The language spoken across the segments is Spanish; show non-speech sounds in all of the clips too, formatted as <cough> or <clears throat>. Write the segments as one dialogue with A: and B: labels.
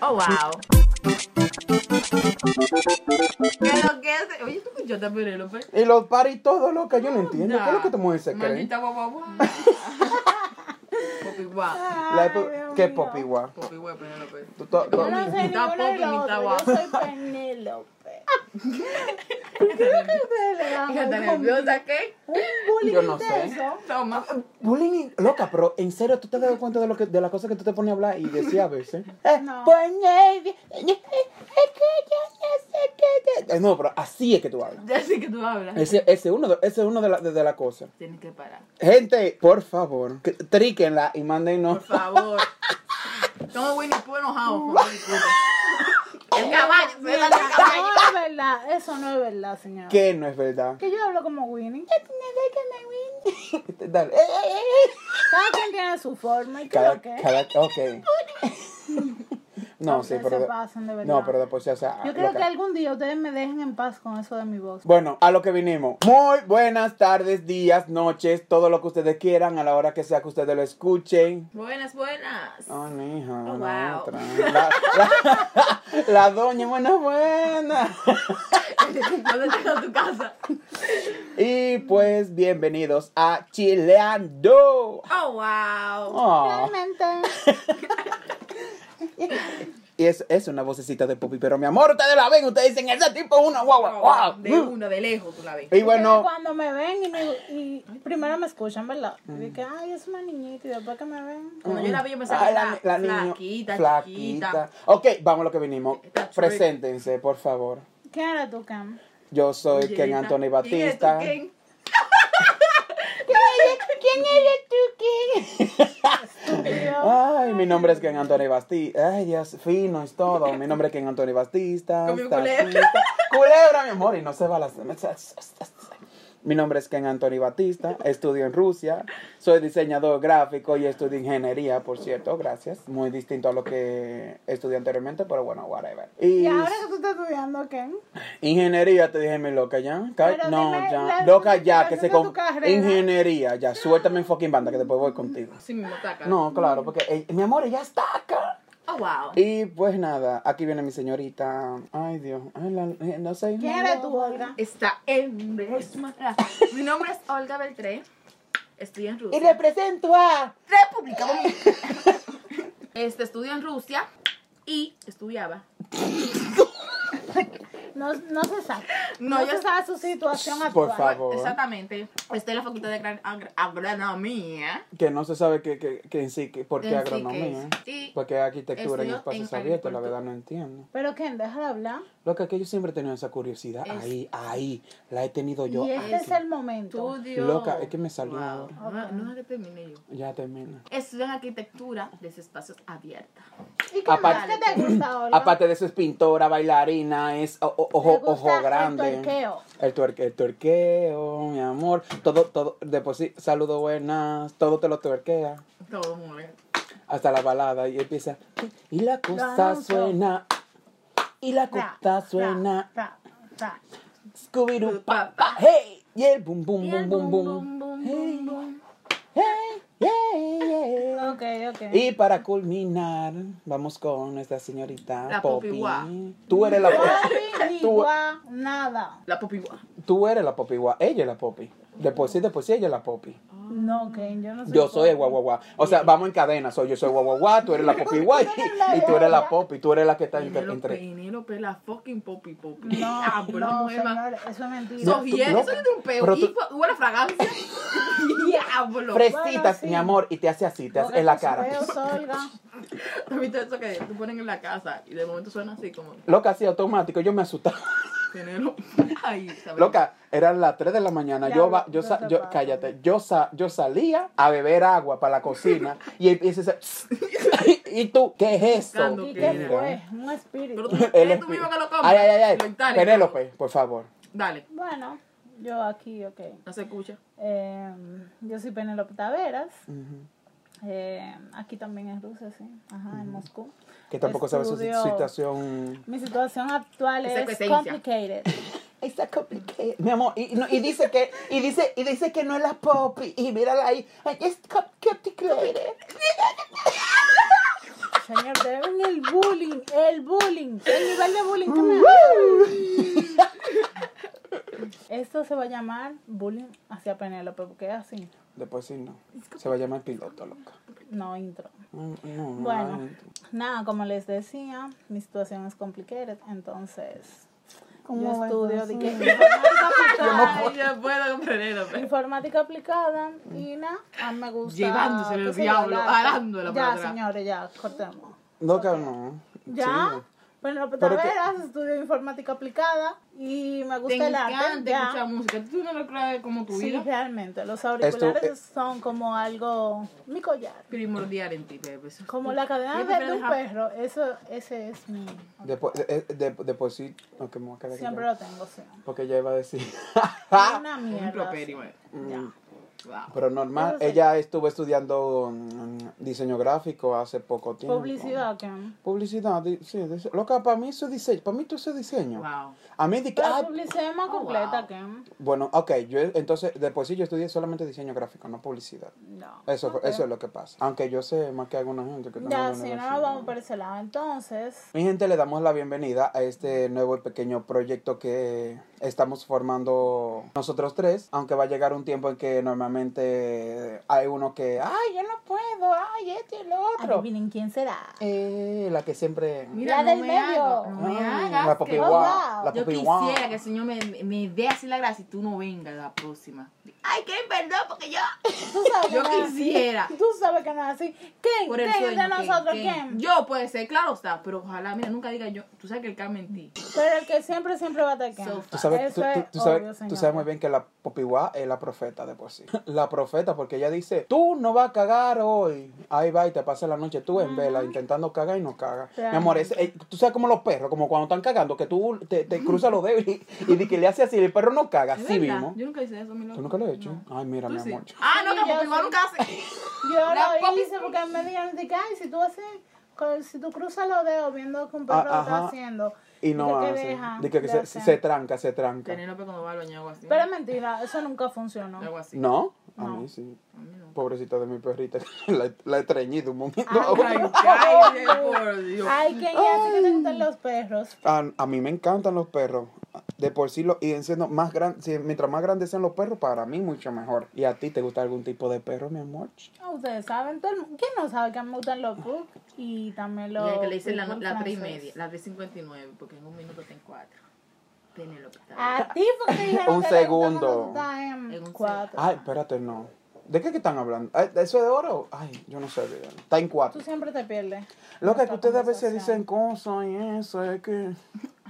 A: Oh, wow. ¿Qué es lo que hace? Oye, tú escuchaste a Penélope.
B: Y los paris todo loca, yo no entiendo.
A: Ya.
B: ¿Qué es lo que te mujeres se creen?
A: Maldita guau, guau, <laughs> guau. Popi guau.
B: La epo-
C: Dios
B: ¿Qué
C: mío.
B: popi guau?
A: Popi guau, Penélope.
B: Tú
A: Yo
B: to-
C: Yo no sé
A: Mitad
C: ninguno de
A: Poppy, mitad
C: los otros. Yo
A: guapo.
C: soy Penélope.
A: Fíjate nerviosa, ¿qué?
B: Yo no sé.
A: Toma.
B: Bullying, loca, pero en serio, ¿tú te das cuenta de, lo que, de la cosa que tú te pones a hablar y decías a veces? <laughs>
C: No.
B: Pues, eh, eh, <laughs> es que yo no sé qué te- Eh, No, pero así es que tú hablas.
A: Ya sé que tú hablas.
B: Ese ese es uno de, ese es uno de, la, de, de las cosas.
A: Tienes que parar.
B: Gente, por favor, que- tríquenla y mándennos.
A: Por favor. Toma Winnie Pooh enojado. por favor, disculpa. El caballo, se ve la del
B: ah.
A: caballo.
C: No, no es verdad. Eso no es verdad, señora.
B: Que no es verdad.
C: Que yo hablo como Winnie.
B: <laughs> Dale. Eh, eh, eh, eh.
C: Cada quien tiene su forma y
B: Cada,
C: creo que.
B: cada, ok. No, sí,
C: ustedes
B: pero.
C: se
B: de-
C: pasan de verdad.
B: No, pero después, o sea.
C: Yo creo
B: loca.
C: que algún día ustedes me dejen en paz con eso de mi voz.
B: Bueno, a lo que vinimos. Muy buenas tardes, días, noches, todo lo que ustedes quieran, a la hora que sea que ustedes lo escuchen.
A: Buenas, buenas. <laughs>
B: Ay, mi hija,
A: Oh,
B: la
A: wow.
B: otra. La, la- <laughs> la doña, buena, buena.
A: ¿Dónde está tu casa?
B: Y pues, bienvenidos a Chileando.
A: Oh, wow.
B: Oh,
C: Realmente.
B: y es, es una vocecita de Pupi, pero mi amor, ustedes la ven, ustedes dicen, ese tipo es una guagua.
C: Oh,
B: guau".
A: Oh, De una, de lejos, tú la ves.
B: <laughs> Y bueno,
C: Cuando me ven y, me- y primero me escuchan, ¿verdad? Y
B: Mm.
C: de que, ay, es una niñita. Y después que me ven.
A: Cuando yo la vi, yo
B: Ah,
A: pensaba
B: la,
A: que
B: la
A: era
B: niño-
A: flaquita,
B: flaquita.
A: chiquita.
B: Ok, vamos a lo que vinimos.
A: Está chueca.
B: Preséntense, por favor.
C: ¿Quién era tú, Cam?
B: Yo soy Ken
A: Llenita.
B: Anthony
A: ¿Quién eres tú,
B: Batista.
A: Ken?
C: ¿Quién eres tú, Ken?
B: Ay, mi nombre es Ken Anthony Batista. Ay, Dios, fino es todo. Mi nombre es Ken Anthony Batista.
A: Comió
B: Está-
A: culebra.
B: <laughs> Culebra, mi amor, y no se va a las... Mi nombre es Ken Anthony Batista, estudio en Rusia, soy diseñador gráfico y estudio ingeniería, por cierto, gracias. Muy distinto a lo que estudié anteriormente, pero bueno, whatever. Y,
C: Y ahora que tú estás estudiando, Ken.
B: Ingeniería, te dije mi loca ya. Ca-
C: Pero
B: no,
C: dime
B: ya.
C: la
B: Loca ya, que se
C: justificación de
B: con...
C: tu carrera.
B: Ingeniería, ya. Suéltame en fucking banda, que después voy contigo.
A: Sí, mi motaca.
B: No, claro, porque eh, mi amor, ella está acá.
A: Oh, wow.
B: Y pues nada, aquí viene mi señorita. Ay, Dios. Ay, la- eh, no sé.
C: ¿Quién eres tú, Olga?
A: Está en Venezuela. Mi nombre es Olga Beltré. Estudio en
B: Y
A: Rusia.
B: represento a.
A: República Dominicana. Este estudio en Rusia y estudiaba.
C: No, no se sabe.
A: No,
C: No,
A: yo-
C: se sabe su situación actual.
B: Por favor.
A: Exactamente. Estoy en la facultad de Gran- Agr- agronomía.
B: Que no se sabe que, que, que en sí, que, por qué
A: En sí que
B: agronomía. ¿eh?
A: es. Sí.
B: Porque arquitectura en
A: Estudio
B: espacios
A: en
B: abiertos, la
A: agricultura.
B: verdad no entiendo.
C: Pero Ken, deja de hablar.
B: Loca, que yo siempre he tenido esa curiosidad.
A: Es-
B: Ahí, ahí. La he tenido yo.
C: y
B: ahí.
C: este es el momento.
A: Estudio.
B: Loca, es que me salió
A: Wow.
B: ahora.
A: No, no deja que termine yo.
B: Ya termina.
A: Estudio en arquitectura de espacios abiertos.
C: ¿Y qué
B: Aparte-
C: más que te gusta,
B: <clears throat>
C: Olga?
B: Aparte de eso es pintora, bailarina, es o- o-
C: Me
B: ojo,
C: gusta
B: ojo
C: el
B: grande.
C: tuerqueo.
B: El tuerqueo. El tuerqueo, mi amor. Todo, todo, de por sí, saludo buenas, todo te lo tuerquea.
A: Todo muy bien.
B: Hasta la balada y empieza. Y la cosa
C: anuncio.
B: suena. Y la
C: Ra,
B: cosa
C: ra,
B: suena.
C: ra, ra.
B: Scooby-Doo, pa, pa, hey. Y el bum, bum,
A: Y el
B: bum, bum,
A: bum, bum,
B: bum.
A: bum,
B: Hey.
A: bum, bum.
B: Hey, yeah, yeah.
C: Ok, ok.
B: Y para culminar, vamos con nuestra señorita
A: La
B: Poppy.
A: Poppy Guá.
B: <laughs> Tú eres la
C: Papi, ni
B: tú,
C: gua, nada.
A: La popigua.
B: tú eres la Poppy Guá. Ella es la Poppy. Después sí, después sí, ella es la Poppy.
C: No, Ken, yo no soy.
B: Yo soy el
C: pobre.
B: guaguaguá. O sea, vamos en cadena. Soy, yo soy guaguaguá, tú eres la Poppy Guá y, y tú eres la Poppy. Tú eres la que está entre. entre-
A: Penélope, la fucking popi popi.
C: No,
A: <laughs> Ah, pero la
C: no,
A: mujer más-
C: señor, eso es mentira.
B: No,
A: Soy
B: tú-
A: bien,
B: no,
A: eso es de un peo.
B: pero
A: Y
B: tú-
A: fu- huele a fragancia. <laughs> Diablo.
B: Fresitas,
C: Bueno, sí.
B: mi amor, y te hace así, te hace
C: Porque
B: en la
C: tus
B: cara.
C: feos,
B: <laughs>
C: Olga.
A: ¿Has visto eso que tú ponen en la casa y de momento suena así como
B: Loca, así automático, yo me asustaba.
A: Penélope? <laughs> Ay, ¿sabes?
B: Loca, eran las 3 de la mañana.
C: Ya,
B: Yo, va-
C: no,
B: yo,
C: no
B: sa-
C: se
B: yo-
C: pasa.
B: cállate. Yo, sa- yo salía a beber agua para la cocina y empieza ese- <laughs> ¿Y tú qué es eso?
A: Buscando
C: ¿Y
A: que
C: qué
A: era.
C: fue? Un
A: Pero
C: espíritu.
A: tú,
B: El
A: eres tú mismo que lo
B: espíritu.
A: comes.
B: Ay, ay, ay,
A: Lo
B: ay.
A: itálico.
B: Penélope, por favor.
A: Dale,
C: Bueno, yo aquí, ok.
A: no se escucha.
C: Eh, yo soy Penelope Taveras.
B: Ujú.
C: Eh, aquí también en Rusia, sí. Ajá, en Moscú.
B: Que tampoco sabe su si-
C: Estudio-
B: situación.
C: Mi situación actual
A: Esa
C: es
A: presencia.
C: complicated.
B: Está complicado. Mi amor, y, y no- y dice que, y dice, y dice que no es la pop. Y, y mírala ahí. Ay, es complicado.
C: Señor, te ven el bullying, el bullying, el nivel de bullying que me Esto se va a llamar bullying hacia Penélope, porque es así.
B: Después sí, no. Se va a llamar piloto, loca.
C: No intro.
B: Mm, No, no,
C: Bueno.
B: no, no.
C: Nada, como les decía, mi situación es complicada, entonces yo
D: ¿Cómo va
C: estudio de que-
D: entonces?
C: informática aplicada,
A: Ay, yo puedo con Penélope.
C: informática aplicada y nada, a mí me gusta.
A: Llevándose el
C: qué sé yo,
A: diablo,
C: la-
A: jalándola para
C: Ya,
A: atrás.
C: señores, ya, cortemos.
B: Loca, no.
C: ¿Ya? Bueno, pues
B: Pero te-
C: Taveras, estudio informática aplicada y me
A: Te
C: gusta el arte.
A: encanta
C: ya.
A: escuchar música. ¿Tú no lo crees como tu
C: Sí,
A: vida?
C: realmente. Los auriculares
B: Esto, eh,
C: son como algo. Mi collar.
A: Primordial en ti, bebé. Eso es
C: Como
A: tu-
C: la cadena
A: Yo te
C: de
A: quiero
C: tu
A: dejar-
C: perro. Eso, ese es mi.
B: Sí. Después, de, de- después sí. No, que me voy a quedar
C: Siempre
B: callado.
C: lo tengo, sí.
B: Porque ya iba a decir. <laughs> mm,
C: Una
A: Un
C: mierda. sí.
A: improperio, eh.
C: Ya.
A: Wow.
B: Pero normal,
C: Eso sí.
B: ella estuvo estudiando mm, diseño gráfico hace poco tiempo.
C: Publicidad, que.
B: Publicidad, di- sí. dise- Loca, para mí eso es diseño. Para mí todo eso es diseño.
A: Wow.
B: A mí di que,
C: La
B: ah,
C: publicidad más
A: Oh,
C: completa,
A: wow.
C: que.
B: Bueno, ok, yo entonces, después sí, yo estudié solamente diseño gráfico, no publicidad.
C: No.
B: Eso, fue-
C: Ok.
B: eso es lo que pasa. Aunque yo sé más que alguna gente que
C: Ya,
B: también
C: si
B: lo
C: no
B: hace.
C: nos vamos por ese lado, entonces.
B: Mi gente, le damos la bienvenida a este nuevo y pequeño proyecto que estamos formando nosotros tres, aunque va a llegar un tiempo en que normalmente hay uno que, ay, yo no puedo, ay, este y el otro.
C: Adivinen
B: <laughs>
C: quién será.
B: Eh, la que siempre...
A: Mira,
C: La
A: no
C: del
A: me
C: medio.
A: hagas, no me
B: Ah,
A: hagas
B: la
A: que-
B: papi
C: Oh,
B: guau,
C: wow.
B: la
A: Yo
B: papi
A: quisiera
B: guau.
A: que el Señor me, me dé así la gracia y tú no vengas la próxima. Ay, que perdón, porque yo.
C: Tú sabes
A: Yo
C: que no es así.
A: quisiera.
C: Tú sabes que no es así. ¿Quién?
A: Por el
C: ¿Quién
A: sueño,
C: de nosotros?
A: ¿quién?
C: ¿Quién?
A: Yo puede ser, claro está, pero ojalá, mira, nunca diga yo. Tú sabes que el karma en ti.
C: Pero el que siempre, siempre va a estar Ken.
A: So
B: Tú sabes, tú,
C: Eso
B: tú-
C: es
B: tú sabes-
C: obvio,
B: tú
C: señor.
B: sabes muy bien que la Popiwá es la profeta de por sí. La profeta, porque ella dice, tú no vas a cagar hoy. Ahí va y te pasa la noche tú en vela intentando cagar y no cagas. Mi amor, es- eh, tú sabes como los perros, como cuando están cagando, que tú te, te cruzas los dedos y, y di que le hace así, el perro no caga,
A: ¿Es
B: así
A: verdad?
B: mismo.
A: Yo nunca hice eso, mi loco.
B: ¿Tú nunca lo has hecho?
A: No.
B: Ay, mira,
A: Tú
B: mi
A: sí.
B: amor.
A: Ah, no,
C: Sí,
A: que
C: yo
A: Popi Guau
C: sí.
A: nunca hace.
B: <laughs>
C: Yo
A: La
C: lo
A: papi-
C: hice porque me dijeron, de que, ay, si tú haces, con- si tú cruzas los dedos viendo que un perro
B: Ah,
C: lo está
B: ajá.
C: haciendo.
B: Y no
C: Dice que
B: hace.
C: deja
B: Dice que
C: de
B: se,
C: hacer.
B: se tranca, se tranca.
A: Penélope cuando va al baño hago así.
C: Pero es mentira, eso nunca funcionó.
A: Hago así.
B: ¿No? A
C: No.
B: mí sí.
A: A mí no.
B: Pobrecita de mi perrita, <laughs> la, he- la he treñido un momento.
C: Ay,
A: <laughs> Ay, cállate, por Dios.
C: Ay, Ken, y así que te gustan los perros.
B: A, a mí me encantan los perros. De por sí, lo, y en siendo más gran, si- mientras más grandes sean los perros, para mí mucho mejor. ¿Y a ti te gusta algún tipo de perro, mi amor?
C: Ah, Ustedes saben, todo el mundo- ¿quién no sabe que me gustan los pugs? Y también
A: Y
C: los.
A: el que le dicen la,
C: pitbull
A: la 3 y
C: francés.
A: media, la 3.59, porque en un minuto está en 4. Penélope está.
C: <laughs> A ti porque dijeron
B: Un
C: que te
B: segundo.
C: gustan cuando tú
A: En
C: estás
A: un
C: en cuatro.
B: Ay, espérate, no. ¿De qué que están hablando? Ay, ¿Eso es de oro? Ay, yo no sé. olvidar. Está en
C: Tú
B: cuatro.
C: siempre te pierdes.
B: Lo que
C: Esta
B: ustedes a veces
C: conversación.
B: dicen cosas y eso es que...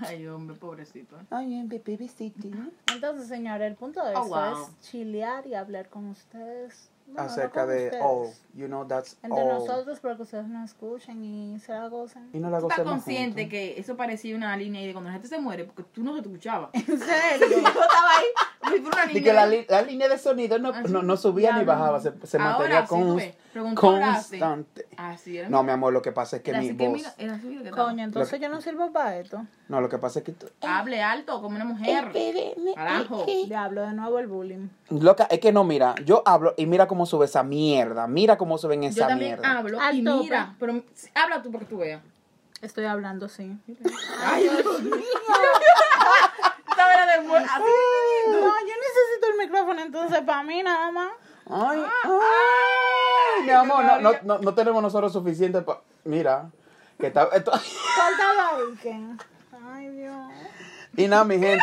A: Ay, hombre, pobrecito.
B: Ay, en Baby City.
C: Entonces, señores, el punto de
A: Oh,
C: eso
A: wow.
C: es chilear y hablar con ustedes. Bueno, no
B: Acerca
C: con
B: de...
C: ustedes.
B: Oh, you know, that's
C: Entre
B: all.
C: nosotros, para que ustedes no escuchen y se la gocen. <laughs>
B: Y no la
A: ¿Tú estás
B: gocemos
A: consciente
B: juntos.
A: que eso parecía una línea ahí de cuando la gente se muere? Porque tú no se te escuchaba.
C: ¿En serio?
A: Yo <laughs> estaba ahí, fui por
B: <laughs>
A: una
B: Y
A: línea.
B: que la, li- la línea de sonido no,
A: Ah, sí.
B: no, no subía
A: Ya,
B: ni
A: no.
B: bajaba, se, se
A: Ahora
B: mantenía
A: sí, tú
B: cons-
A: ves. Preguntó ahora, sí.
B: constante.
A: Así era.
B: No, mi amor, lo que pasa es que
A: Era
B: mi
A: así ¿Eh? que
B: voz...
A: mira, era así que estaba.
C: Coño, eh, entonces yo no sirvo para esto.
B: No, lo que pasa es que tú...
A: Hable alto, como una mujer. Carajo.
C: Diablo, de nuevo el bullying.
B: Loca, es que no, mira, yo hablo y mira cómo sube esa mierda, mira cómo suben
A: Yo
B: esa
A: también
B: mierda.
A: hablo
C: Al
A: y
C: tope.
A: mira. Pero sí, habla tú porque tú veas.
C: Estoy hablando,
B: <laughs>
C: sí.
A: Ay, Dios mío. Esta era de muerte. Así.
C: No, yo necesito el micrófono, entonces para mí nada más.
A: Ah,
B: Ay, ay, mi amor, no, no, no, no tenemos nosotros suficiente para... Mira, que está... esto- <laughs>
C: Córtalo ahí, Ken. Ay, Dios.
B: Y nada, mi gente.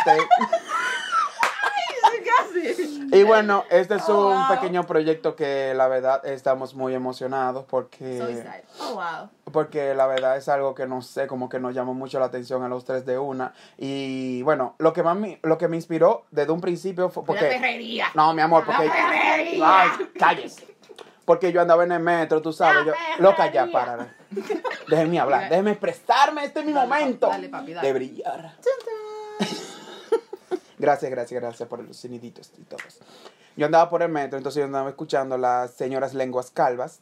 A: Casi.
B: Y bueno, este es
A: Oh,
B: un
A: wow.
B: pequeño proyecto que la verdad estamos muy emocionados porque...
A: Soy sad. Oh, wow.
B: porque la verdad es algo que no sé, como que nos llamó mucho la atención a los tres de una. Y bueno, lo que más me, lo que me inspiró desde un principio fue
A: Una
B: porque...
A: perrería.
B: No, mi amor, porque...
A: La perrería.
B: Ay, cállese. Porque yo andaba en el metro, tú sabes. Yo, loca, ya, para. Déjenme hablar, déjenme expresarme, este es mi
A: Dale, papi,
B: momento
A: dale, papi, dale.
B: de brillar. <laughs> gracias, gracias, gracias por los soniditos y todos. Yo andaba por el metro, entonces yo andaba escuchando las señoras lenguas calvas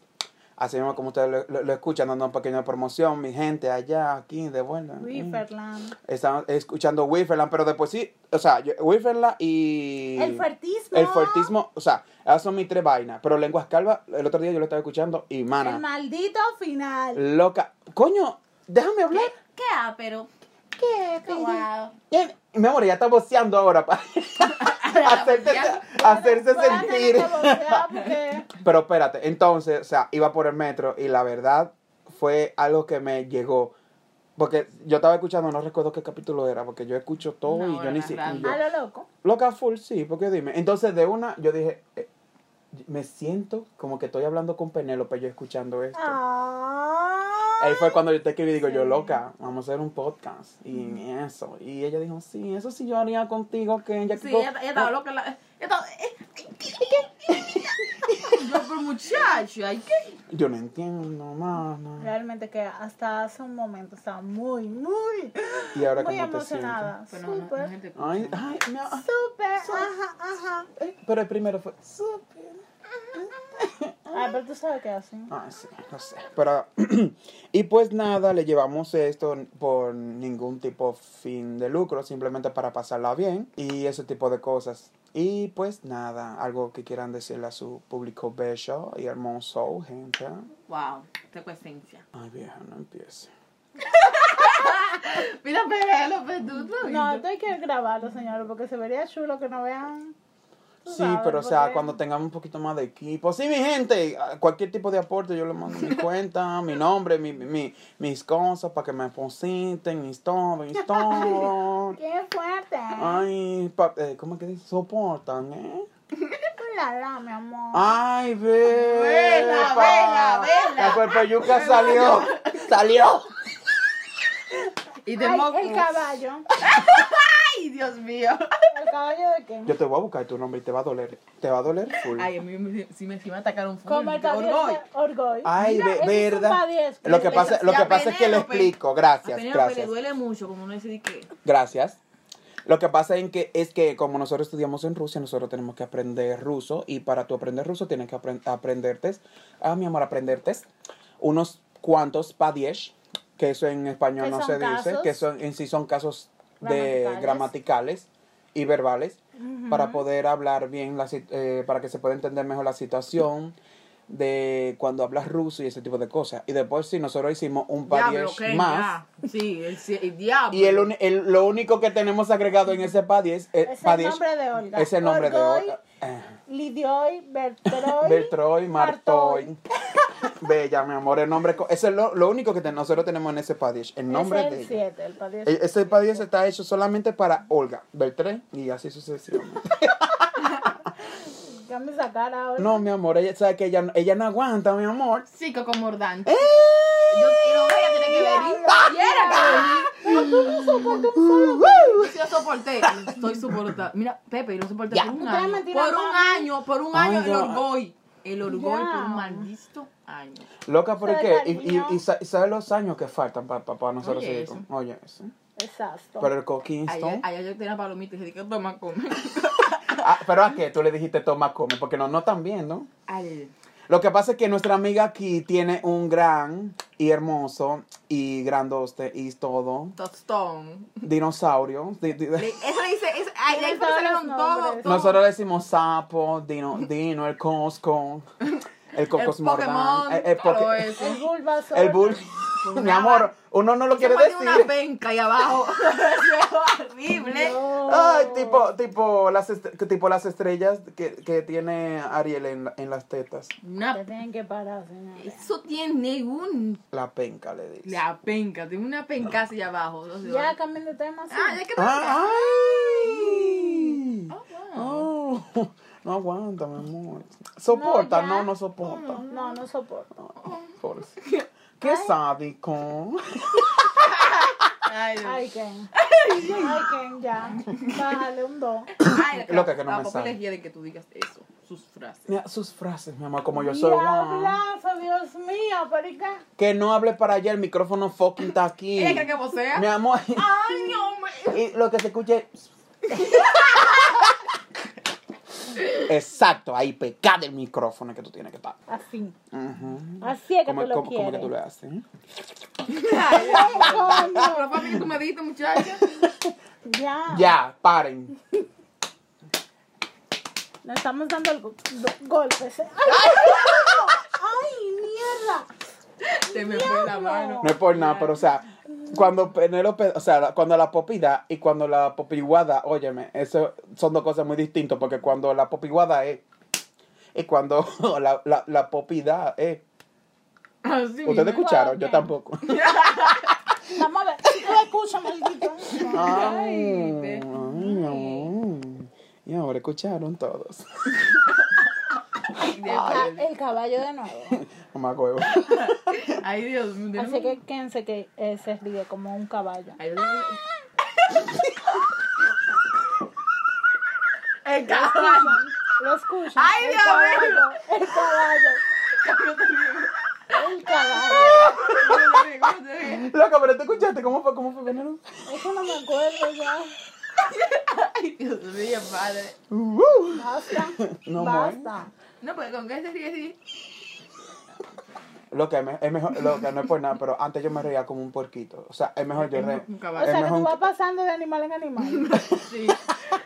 B: Así mismo como ustedes lo, lo- lo escuchan, dando una pequeña promoción, mi gente allá, aquí, de vuelta.
C: Uy, Ferland.
B: Están escuchando Wifferland, pero después sí, o sea, yo- Wifferland y...
C: El fuertismo.
B: El fuertismo, o sea, esas son mis tres vainas. Pero Lenguas Calvas, el otro día yo lo estaba escuchando y,
C: El
B: mana,
C: maldito final.
B: loca. Coño, déjame hablar.
D: ¿Qué ah, pero?
C: ¿Qué?
D: Wow.
B: ¿Qué? Mi amor, ya está voceando
A: <laughs>
B: ahora para hacerte, hacerse sentir. <laughs> Pero espérate, entonces, o sea, iba por el metro y la verdad fue algo que me llegó. Porque yo estaba escuchando, no recuerdo qué capítulo era, porque yo escucho todo
A: Una
B: y yo
A: hora
B: ni siquiera.
A: random.
C: A lo loco.
B: Loca full, sí, porque dime. Entonces, de una, yo dije, eh, me siento como que estoy hablando con Penélope yo escuchando esto. Ahí
C: Ay.
B: fue cuando yo te escribí digo, yo
C: Ah. Sí.
B: loca, vamos a hacer un podcast. Y eso. Y ella dijo, sí, eso sí yo haría contigo, que ella
A: Sí, ella, ella estaba loca. La, ella estaba- <laughs> eh, ay, ¿qué, qué? Yo, pero muchacho, ay, ¿qué?
B: Ah, Yo no entiendo, mamá.
C: Realmente que hasta hace un momento estaba muy, muy,
B: Y ahora
C: muy
B: cómo te sientes.
C: emocionada.
A: Pero no, no, no,
C: Súper,
A: gente escucha.
B: Ay, ay, mi a-
C: súper, ajá, ajá.
B: ay, Pero el primero fue súper.
C: Ay, Ah, pero tú sabes que así.
B: Ay, Ah, sí, no sé. Pero, <clears throat> y pues nada, le llevamos esto por ningún tipo fin de lucro, simplemente para pasarla bien y ese tipo de cosas. Y pues nada, algo que quieran decirle a su público bello y hermoso, gente.
A: Wow, qué coesencia.
B: Ay, vieja, no empiece.
A: Mira, Penélope, tú, tú.
C: No, esto hay que grabarlo, señores, porque se vería chulo que no vean. tú
B: Sí,
C: sabes,
B: pero o sea,
C: porque-
B: cuando tengamos un poquito más de equipo. Sí, mi gente, a- cualquier tipo de aporte yo le mando
C: <laughs>
B: mi cuenta, mi nombre, mi, mi- mis cosas para que me positen, mis todo,
C: <laughs>
B: mis todo.
C: ¡Qué fuerte!
B: Ah. Ay, pa- eh, ¿cómo que dice? Soportan, ¿eh?
C: La, la, mi amor.
B: Ah. Ay, ve.
A: Vela,
B: pa.
A: vela, vela.
B: La cuerpeyuca salió.
A: <laughs>
B: Salió.
A: Y de
C: Ay,
A: moco.
C: el caballo.
A: Ay, Dios mío.
C: ¿El caballo de quién?
B: Yo te voy a buscar tu nombre y te va a doler. Te va a doler full.
A: Ay, a mí me, si me, si me atacaron full.
C: Como el
A: de
C: caballo
A: orgullo.
C: de Orgoy.
B: Ay,
C: Mira,
B: ve-
C: ese es un
B: verdad.
C: padiez,
B: Lo que pasa, lo
A: Y
B: que
A: a
B: pasa es que le
A: Penélope.
B: explico.
A: A
B: Gracias,
A: Penélope le
B: gracias.
A: duele mucho, como no sé de qué.
B: Gracias. Lo que pasa en que, es que como nosotros estudiamos en Rusia, nosotros tenemos que aprender ruso y para tú aprender ruso tienes que apren- aprenderte, ah, mi amor, aprenderte unos cuantos padiesh, que eso en español
C: Que
B: no
C: son
B: se dice,
C: casos.
B: que son en sí son casos de
C: Gramaticales.
B: gramaticales y verbales
C: Ujú.
B: para poder hablar bien, la, sit- eh, para que se pueda entender mejor la situación de cuando hablas ruso y ese tipo de cosas. Y después si nosotros hicimos
A: Diablo,
B: un padiesh
A: ¿qué?
B: más.
A: Ya. Sí, el, ci- el diablo.
B: Y el, uni- el- lo único que tenemos agregado en ese PADI es, eh,
C: Es el
B: Paddy
C: nombre de Olga.
B: es el nombre de
C: Orgoy,
B: Olga. Eh,
C: Lidioy, Bertroy.
B: Bertroy Martoy.
C: Martoy.
B: <laughs> Bella, mi amor, el nombre. co- Ese es lo, lo único que te- nosotros tenemos en ese PADI El nombre
C: es
B: de
C: el
B: ella.
C: 7, el padiez.
B: E- Ese PADI está hecho solamente para Olga, Bertré y así sucesivamente.
C: Ya me sacara ahora.
B: No, mi amor, ella sabe que ella, no- ella no aguanta, mi amor.
A: Sí, Coco Mordán.
B: ¡Eh!
A: Yo y no voy a tener que ver. Y era que venir. Si yo soporté, estoy soportando. Mira, Pepe, yo lo soporté
B: Ya.
A: por un
C: Ustedes
A: año.
C: mentiras,
A: por un
C: mami.
A: año, por un
B: Ay,
A: año el
B: ya.
A: orgullo. El orgullo
C: Ya.
A: por un maldito año.
B: Loca, ¿por
C: Soy
B: qué? Y, y,
C: cariño.
B: y sa- y sabes los años que faltan para nosotros
A: Oye,
B: seguir
A: eso.
B: con- Oye, eso.
C: Exacto.
B: Pero el Coquinston.
A: Ayer, ayer yo tenía palomitas y dije, ¿qué toma come?
B: Ah, pero a qué tú le dijiste toma come, porque no no también, ¿no?
A: Al
B: Lo que pasa es que nuestra amiga aquí tiene un gran y hermoso y grandote y todo
A: tostón.
B: dinosaurio. di- di-
A: Le- Eso dice, eso, ay, de ahí fue que
C: Todos
A: salieron
C: los
A: todos.
C: nombres.
A: todos.
B: Nosotros le decimos sapo, dino, dino, el cosco, el cocos
A: el Pokémon,
B: mordán, el, el,
A: todo
B: poke-
A: eso.
C: El Bulbasaur.
B: el bull. <laughs> Mi amor, uno no lo quiere
A: Eso parece
B: decir.
A: una penca ahí abajo. <laughs> Eso es horrible.
C: No.
B: Ay, tipo, tipo las, est- tipo las estrellas que, que tiene Ariel en, la- en las tetas.
C: Ya
A: Una-
C: tienen que parar, señores.
A: eso tiene un
B: La penca le dice.
A: La penca, tiene una penca hacia abajo. no sé.
C: Ya cambien de tema. sí.
A: Ah, ya que
B: Ah, ¡Ay!
A: Oh, wow.
B: Oh, no aguanta, mi amor. Soporta,
C: No,
B: no,
C: ya. Mm.
B: no, soporta.
C: No, no soporto.
B: Por- Qué sádico. ah.
A: Ay, Dios.
C: Ay, Ken. Ay, Ken, ya. Bájale un do.
A: Ay, la-
B: Loca que no
A: la
B: me
A: papi
B: sale.
A: les quiere que tú digas eso, sus frases.
B: Mira, sus frases, mi amor, como yo soy. guau.
C: Diablazo, Dios mío, parica.
B: Que no hable para allá, el micrófono fucking está aquí.
A: Ella cree que vocea.
B: Mi amor,
A: Ay, hombre.
B: y lo que se escuche. Exacto, ahí pegá del micrófono que tú tienes que estar.
C: Así.
B: Ujú.
C: Así es que
B: ¿Cómo,
C: tú lo
B: cómo- cómo que
C: quieres.
B: tú lo haces? eh?
C: Coño,
A: Pero papi, tú me dijiste, muchacha.
C: Oh, ya.
B: Ya, paren.
C: Nos estamos dando el go- do- golpes. ¿eh? ¡Ay, mierda!
A: Se me fue la mano.
B: No es por nada, pero o sea, cuando Penélope, o sea, la- cuando la popida y cuando la popiguada, óyeme, eso son dos cosas muy distintas, porque cuando la popiguada es, y cuando <laughs> la, la, la popida es.
A: Así
B: ¿Ustedes
A: mismo.
B: escucharon? Yo
C: Ok.
B: tampoco.
C: ¡Ay, mierda! Vamos a ver. Tú escucha, maldito.
A: Ay, ve.
B: Ay, Y ahora escucharon todos. <laughs>
A: Ay, Dios
C: Ah,
A: mío.
C: El caballo de nuevo.
B: Mamá huevo.
A: Ay, Dios mío.
C: Así que quédense que eh, se ríe como un caballo.
A: Ay, Dios
C: <laughs>
A: mío. El caballo.
C: Lo escuchan.
A: ¡Ay,
C: el
A: Dios mío!
C: caballo, El caballo.
A: Cabrón,
C: El caballo.
A: también. ¿Cómo te ríes?
B: Loca, pero ¿te escuchaste? ¿Cómo fue? ¿Cómo fue, Penélope?
C: Eso no me acuerdo ya.
A: Ay, Dios mío, padre.
B: Uh.
C: Basta.
B: No,
C: Basta.
A: No, pues con qué se ríe
C: <laughs>
A: así.
B: Lo que me- es mejor, lo que no es por nada, pero antes yo me reía como un puerquito. O sea, es mejor yo reír.
A: Un
C: O
A: caballo.
C: sea
B: Es
C: que tú
B: mejor-
C: vas pasando de animal
B: <laughs>
C: en animal.
A: Sí.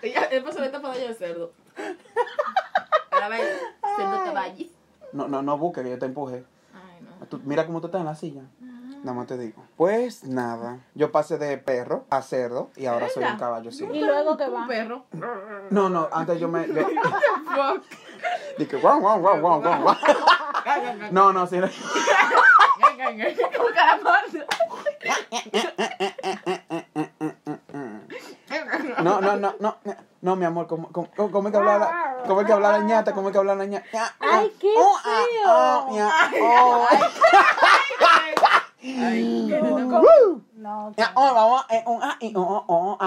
A: Ella, él pasó la etapa de año de cerdo. A la vez, cerdo caballo.
B: No, no, no busques que yo te empuje.
A: Ay, no.
B: Tú- mira cómo tú estás en la silla. Nada más te digo. Pues nada, yo pasé de perro a cerdo y ahora soy un
A: ¿Verdad?
B: caballo, sí.
C: Y luego que va.
A: Un perro.
B: No, no, antes yo me... <laughs> le-
A: Fuck.
B: dije, guau, guau, guau, guau, guau, guau. No, no, sí. no.
A: Como calamardo.
B: No, no, no, no, no, no, mi amor, ¿cómo, cómo, cómo, cómo es que hablar la, cómo es que hablar la ñata? ¿Cómo es que hablar la ñata? Oh,
C: Ay, qué
B: ah,
C: feo.
A: Ay, qué no.
B: feo.
C: No. que-
B: oh, ah, Eh, oh, ah,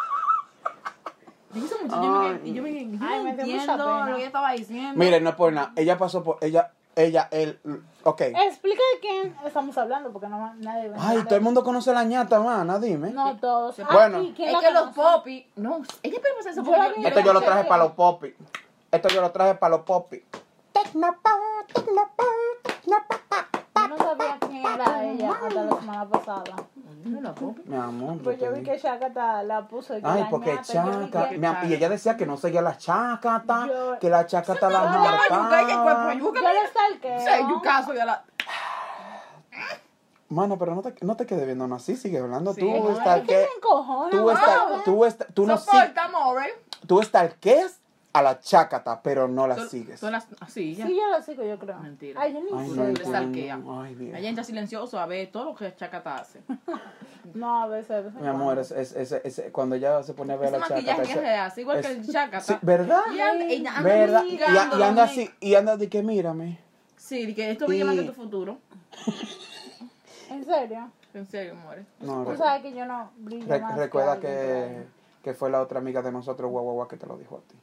C: Eh,
A: Dice mucho, yo me, quedé- yo me, quedé- yo no
C: Ay, me dio mucha
A: entiendo
C: pena.
A: lo que ella estaba diciendo.
B: Mire, no es por nada. Ella pasó por. Ella, ella, él. Ok.
C: Explica de quién estamos hablando porque no nadie va a
B: Ay,
C: entender.
B: todo el mundo conoce la ñata, mana, dime.
C: No todos. Ah,
B: Bueno.
C: sí, ¿quién
A: es
C: la
A: que los
C: conoce?
A: popis. No, ella puede pasar eso
C: Yo
A: porque
C: la vi-
B: Esto yo lo traje para los popis. Esto yo lo traje para los popis.
C: Yo no sabía quién era ella hasta la semana pasada.
A: No, los popis.
B: Mi amor. yo
C: Pues
B: te
C: yo vi
B: dije.
C: que Shakata la puso. y que
B: Ay,
C: la
B: porque
C: ñata, yo vi
B: chaca.
C: que-
B: mi am- Y ella decía que no seguía la chacata,
C: Yo-
B: que la chacata la
A: No, la yuca, ella es cuerpo
B: marcaba.
A: yuca.
C: Yo le stalkeo.
A: Sí, yuca, soy a la.
B: Mano, pero no te, no te quedes viendo no, así, sigue hablando.
A: Sí.
B: Tú
A: Ay,
B: estás
C: Es que
B: que.
C: me encojona,
B: Tú estás.
C: mano.
B: Tú estás. Tú no sigues.
A: Soporta, more.
B: Tú estalqueas a la chácata, pero no la sigues.
A: Son las. Así, ya.
C: Sí, yo lo sigo, yo creo.
A: Mentira.
C: Ay, yo ni
B: Ay,
C: sé.
B: no,
A: Tú
B: entiendo.
A: estalqueas.
B: Ay, Dios.
A: Ella entra silencioso a ver todo lo que Chacata hace.
C: No, a veces, a veces.
B: Mi amor, es, es, es, es- cuando ella se pone a ver
A: Ese
B: a la chácata.
A: maquillaje que se
B: ese-
A: hace, igual que
B: es-
A: el Chacata.
B: sí, ¿Verdad?
A: Y anda, y anda
B: ¿Verdad? Y,
A: mirando
B: y anda
A: los
B: así, y anda de que mírame.
A: Sí, de que esto brilla más que tu futuro.
C: En serio.
A: En serio, more.
B: No,
C: Tú
B: re-
C: sabes que yo no brillo
B: re-
C: más
B: recuerda
C: alguien
B: que, que fue la otra amiga de nosotros, guau, guau, guau, que te lo dijo a ti.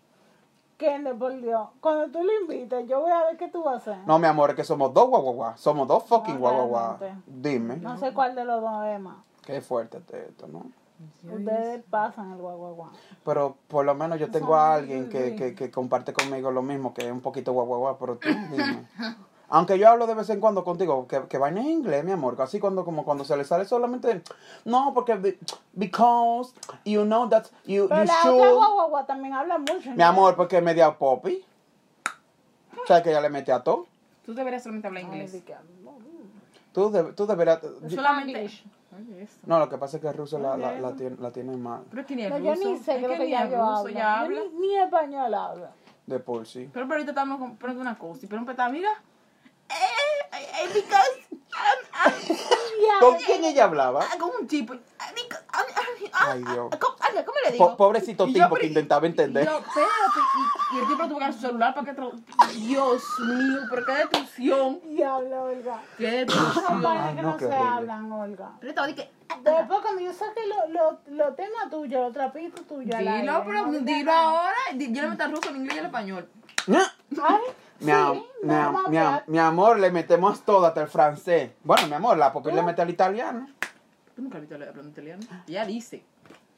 C: que alguien. Kende, por Dios. Cuando tú le invites, yo voy a ver qué tú vas a hacer.
B: No, mi amor, es que somos dos guau, guau, guau. Somos dos fucking
C: No,
B: guau, guau, guau.
C: realmente.
B: Dime.
C: No sé cuál de los dos es más.
B: Qué fuerte te- esto, ¿no?
C: Ustedes pasan el guaguaguá.
B: Pero por lo menos yo tengo a alguien que, que, que comparte conmigo lo mismo, que es un poquito guau guau, guau,
A: <laughs>
B: pero tú dime. Aunque yo hablo de vez en cuando contigo, que, que vaina en inglés, mi amor, casi cuando como cuando se le sale solamente, no, porque be- because you know that you,
C: Pero
B: you
C: la otra
B: should.
C: guaguaguá también habla mucho.
B: Mi amor, porque es media popi. O sea, que ya le metí a todo.
A: Tú deberías solamente hablar
C: Ay,
A: inglés.
C: di que-
B: Tú, deb- tú deberás...
A: Solamente.
C: English.
A: Oye, eso.
B: No, lo que pasa es que el ruso la, la, la tiene, la tiene mal
A: Pero es que ni el
C: No, yo
A: ruso.
C: ni sé
A: es
C: creo
A: que
C: que
A: ni
C: ya
A: el
C: yo
A: ruso
C: hablo.
A: ya
C: Yo
A: habla.
C: ni, ni español hablo.
B: de por sí.
A: Pero, pero ahorita estamos comprando una cosa. Y pero está, mira. Eh, eh, eh, because. I'm- I'm-
C: Ya,
B: ¿Con quién ella hablaba?
A: ah, Con un tipo. Ah, because- ah, ah, ah,
B: Ay, Dios.
A: ah, ¿Cómo ah, ¿cómo le
B: Po-
A: digo?
B: pobrecito
A: Y yo,
B: tipo
A: pero-
B: que intentaba
A: Y,
B: entender.
A: yo, espérate, y, y el tipo tuvo que dar su celular para que. tra- Dios mío, pero qué detención.
C: y habla Olga.
A: Qué
C: Son
A: detención.
C: vainas que
B: no,
C: no
B: qué
C: se
B: horrible.
C: hablan, Olga.
A: Pero estaba de que. ah,
C: Después cuando yo saque los lo, lo temas tuyos, los trapitos tuyos. al
A: Dilo,
C: aire,
A: pero
C: no me
A: dilo
C: hagas-
A: ahora. Di- Yo le meto al ruso, en inglés y al español.
B: ¡Ah! <laughs>
C: Ay,
B: Mi, am-
C: sí,
B: mi am-
C: vamos a
B: mi am-
C: hablar.
B: mi amor, le metemos todo hasta el francés. Bueno, mi amor, la popis le mete al italiano.
A: Tú nunca has visto la planta italiana. Ella dice.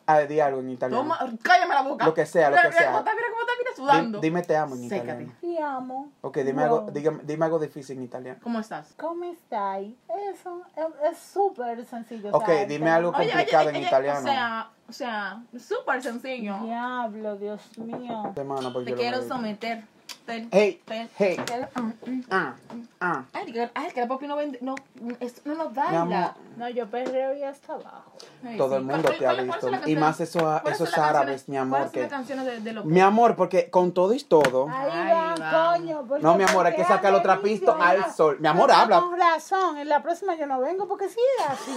B: Ah, di algo en italiano.
A: Toma, cállame la boca.
B: Lo que sea, lo
A: Mira,
B: que
A: mira
B: sea.
A: cómo está, mira cómo está, mira
B: Di-
A: sudando.
B: dime te amo en
A: Sécate.
B: italiano.
C: Te amo.
B: Ok, dime,
C: Wow.
B: algo, dígame- dime algo difícil en italiano.
A: ¿Cómo estás?
C: ¿Cómo estáis? Eso es es súper sencillo. o
B: Ok,
C: sea,
B: dime
C: te-
B: algo con- Complicado en italiano.
A: O sea, o sea, súper sencillo.
C: Diablo, Dios mío.
B: Semana,
A: Te
B: porque yo lo Eh.
A: quiero
B: voy a-
A: someter. Te-
B: Hey,
A: te-
B: hey.
A: te- ah, mm.
B: Ah, ah.
A: Ay, que, ay, que la papi no vende, no, mm, esto no nos
B: Mi
A: baila.
B: amor,
C: No, yo perreo y hasta abajo.
A: Ay,
B: todo
A: sí.
B: el mundo
A: ¿Cuál-
B: te ha
A: cuál- cuáles
B: visto.
A: son las
B: Y más
A: canciones-
B: eso,
A: cuáles son
B: esos
A: las
B: árabes,
A: canciones-
B: mi amor.
A: cuáles son
B: Que,
A: las canciones de, de los
B: mi amor, porque con todo y todo.
C: Ahí
A: Ahí
C: van,
A: van.
C: coño. porque
B: No, mi amor, hay
C: porque
B: que sacar los
C: han venido,
B: trapitos al
C: mira.
B: sol. Mi amor,
C: Pero
B: habla.
C: Con razón, en la próxima yo no vengo porque sí es así.